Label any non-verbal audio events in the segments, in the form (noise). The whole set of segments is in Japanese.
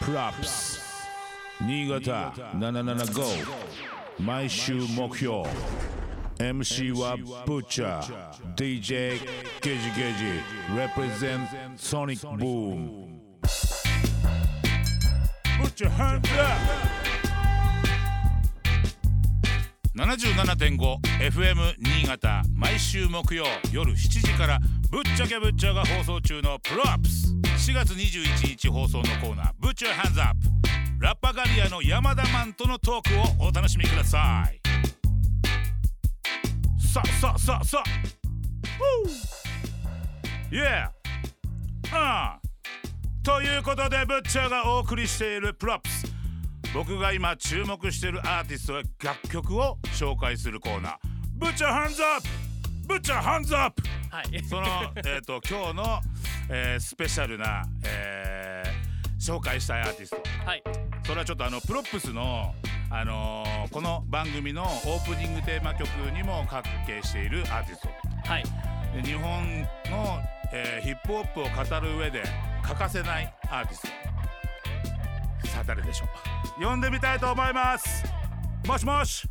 プラップス新潟775毎週目標 MC はブッチャー DJ ゲジゲジ represent ソニックブーム Put your hands up 77.5FM 新潟毎週木曜夜7時から「ぶっちゃけぶっちゃ」が放送中の「プロアップス」4月21日放送のコーナー「ぶっちゃ hands up ラッパガリアの山田マンとのトークをお楽しみくださいさあさあさあさあ Woo! Yeah! ああということでブッチャーがお送りしている「プロアップス」僕が今注目しているアーティストや楽曲を紹介するコーナー「ブッチャーハンズアップ!」「ブッチャーハンズアップ!」はい (laughs) そのえっ、と今日の、えースペシャルな、えー紹介したいアーティストはいそれはちょっとあのプロップスの、あのーこの番組のオープニングテーマ曲にも関係しているアーティストはいで日本の、えーヒップホップを語る上で欠かせないアーティストさあ誰でしょう呼んでみたいと思いますもしもし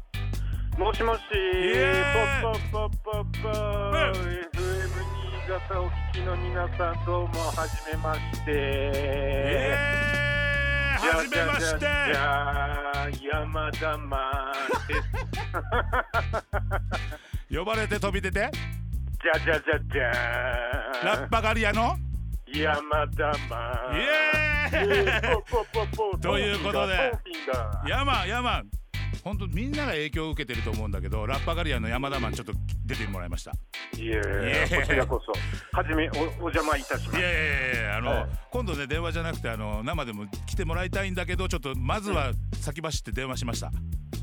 もしもし、エーイポッポッポッポッポー、FM 新潟をお聞きの皆さん、どうもはじめまして。えー、はじめましてじゃあじゃあじゃあ山田マンです。呼ばれて飛び出てじゃじゃじゃじゃラッパガリアのーん。山田マン。イエーイーイ。ポッポッポッポーということでトーキンがトーキンが山山本当みんなが影響を受けてると思うんだけどラッパガリアの山田マンちょっと出てもらいましたいえイエーイこちらこそ。はじめ、お、お邪魔いたしまいやす。いやいやいやあの、はい今度ね電話じゃなくてあの生でも来てもらいたいんだけどちょっとまずは先走って電話しました、い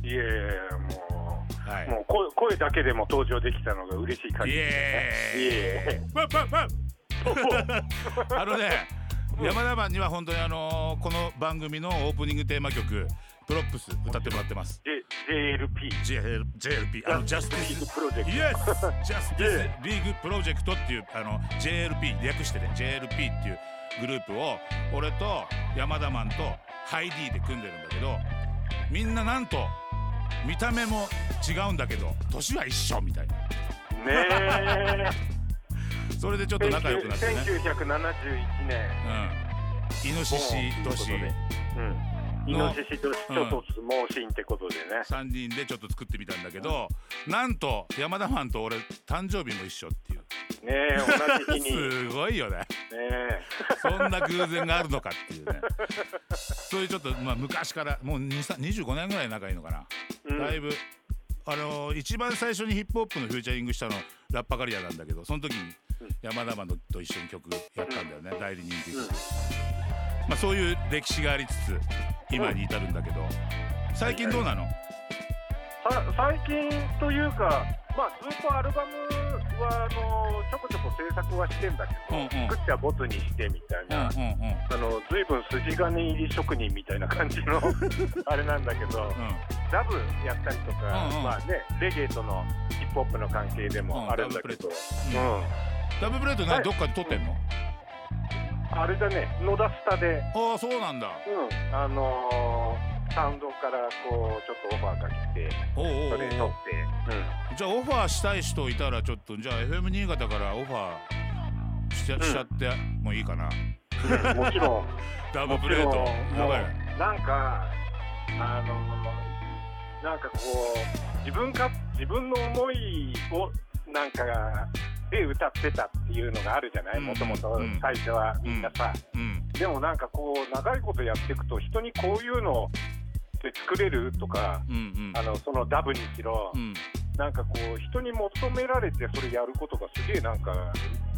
え、もう。はいもう声声だけでも登場できたのが嬉しい感イじですエーイね。わっわっわっあのね山田マンには本当にあのこの番組のオープニングテーマ曲「プロップス」歌ってもらってますいえいえ J- JLP JL JLP あのジャスティスプロジェクトイエスジャスティスリーグプロジェクトっていうあの JLP 略してね JLP っていうグループを俺と山田マンとハイディで組んでるんだけどみんななんと見た目も違うんだけど年は一緒みたいな (laughs) ねそれでちょっえと仲良くなってね、 1971年うん、イノシシということ年でうんイのノシシと人と相撲シーンってことでね、 3人でちょっと作ってみたんだけどなんと山田マンと俺誕生日も一緒っていうねえ同じ (laughs) 日にねすごいよねえそんな偶然があるのかっていう (laughs) ねそういうちょっと、まあ、昔からもう2 3 25年ぐらい仲いいのかな、うんだいぶあのー一番最初にヒップホップのフューチャリングしたのラッパガリアなんだけどその時に山田マンと一緒に曲やったんだよね、代理人っていう、うんまあ、そういう歴史がありつつ今に至るんだけど最近どうなの、さ最近というかまあずっとアルバムはあのちょこちょこ制作はしてんだけど、うんうん作ってはボツにしてみたいな、うんうんうんあの随分筋金入り職人みたいな感 (laughs) じのあれなんだけどダブやったりとか、うんうんまあね、レゲエとのヒップホップの関係でもあるんだけど、うんうんダブルプレートは何いどっかで撮ってんの、あれだね野田スタで、ああそうなんだうんあのーサウンドからこうちょっとオファーが来ておうおうおうそれに乗って、じゃあオファーしたい人いたらちょっとじゃあ FM 新潟からオファーしちゃ,、うんしちゃってもいいかなうん (laughs) もちろんダブもルプちレーろんトやもばいうなんかあのーなんかこう自分か自分の思いをなんかで歌ってたっていうのがあるじゃないうんもともとうん最初はみんなさ、うんでもなんかこう長いことやっていくと人にこういうので作れるとかうんうんあのそのダブにしろ、うんなんかこう人に求められてそれやることがすげえなんか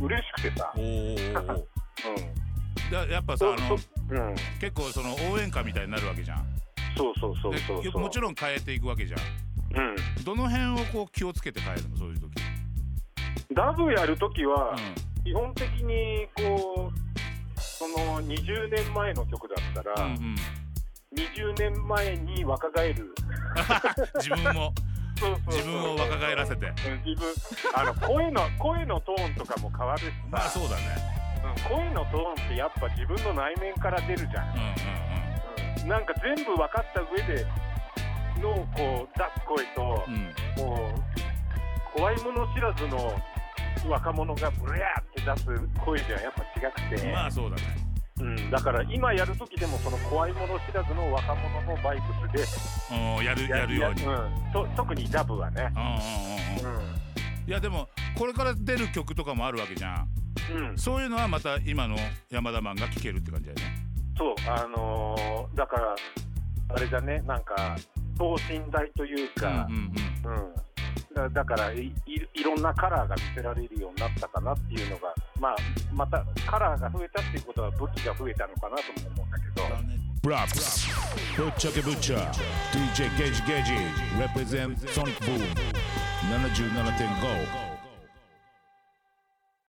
嬉しくてさ、おーお (laughs) ーおーうんだやっぱさあのそうん、結構その応援歌みたいになるわけじゃんそうそうそうでそうそうもちろん変えていくわけじゃんうん、どの辺をこう気をつけて変えるのそういう時、ダブやるときはうん、基本的にこうその20年前の曲だったら、うんうん、 20年前に若返る自分もそうそうそう自分を若返らせ (laughs) てうん自分あの声の声のトーンとかも変わるしさ、まあそうだねうん声のトーンってやっぱ自分の内面から出るじゃんうんうんうんなんか全部分かった上でのこう出す声とう、んもう怖いもの知らずの若者がブレーって出す声ではやっぱ違くて、まあそうだねうん、だから今やる時でもその怖いもの知らずの若者のバイブスうんやるでやるようにうんうんうんん、と特にダブはね、うんういやでもこれから出る曲とかもあるわけじゃんんうん、そういうのはまた今の山田マンが聴けるって感じだよねそう、あのーだから、あれだね、なんか、等身大というかうん、うんうんだだからいい、いろんなカラーが見せられるようになったかなっていうのが、まあ、またカラーが増えたっていうことは、武器が増えたのかなとも思うんだけど、うんだねブラックスぶっちゃけぶっちゃ DJ ゲージゲージ represent Sonic Boom 77.5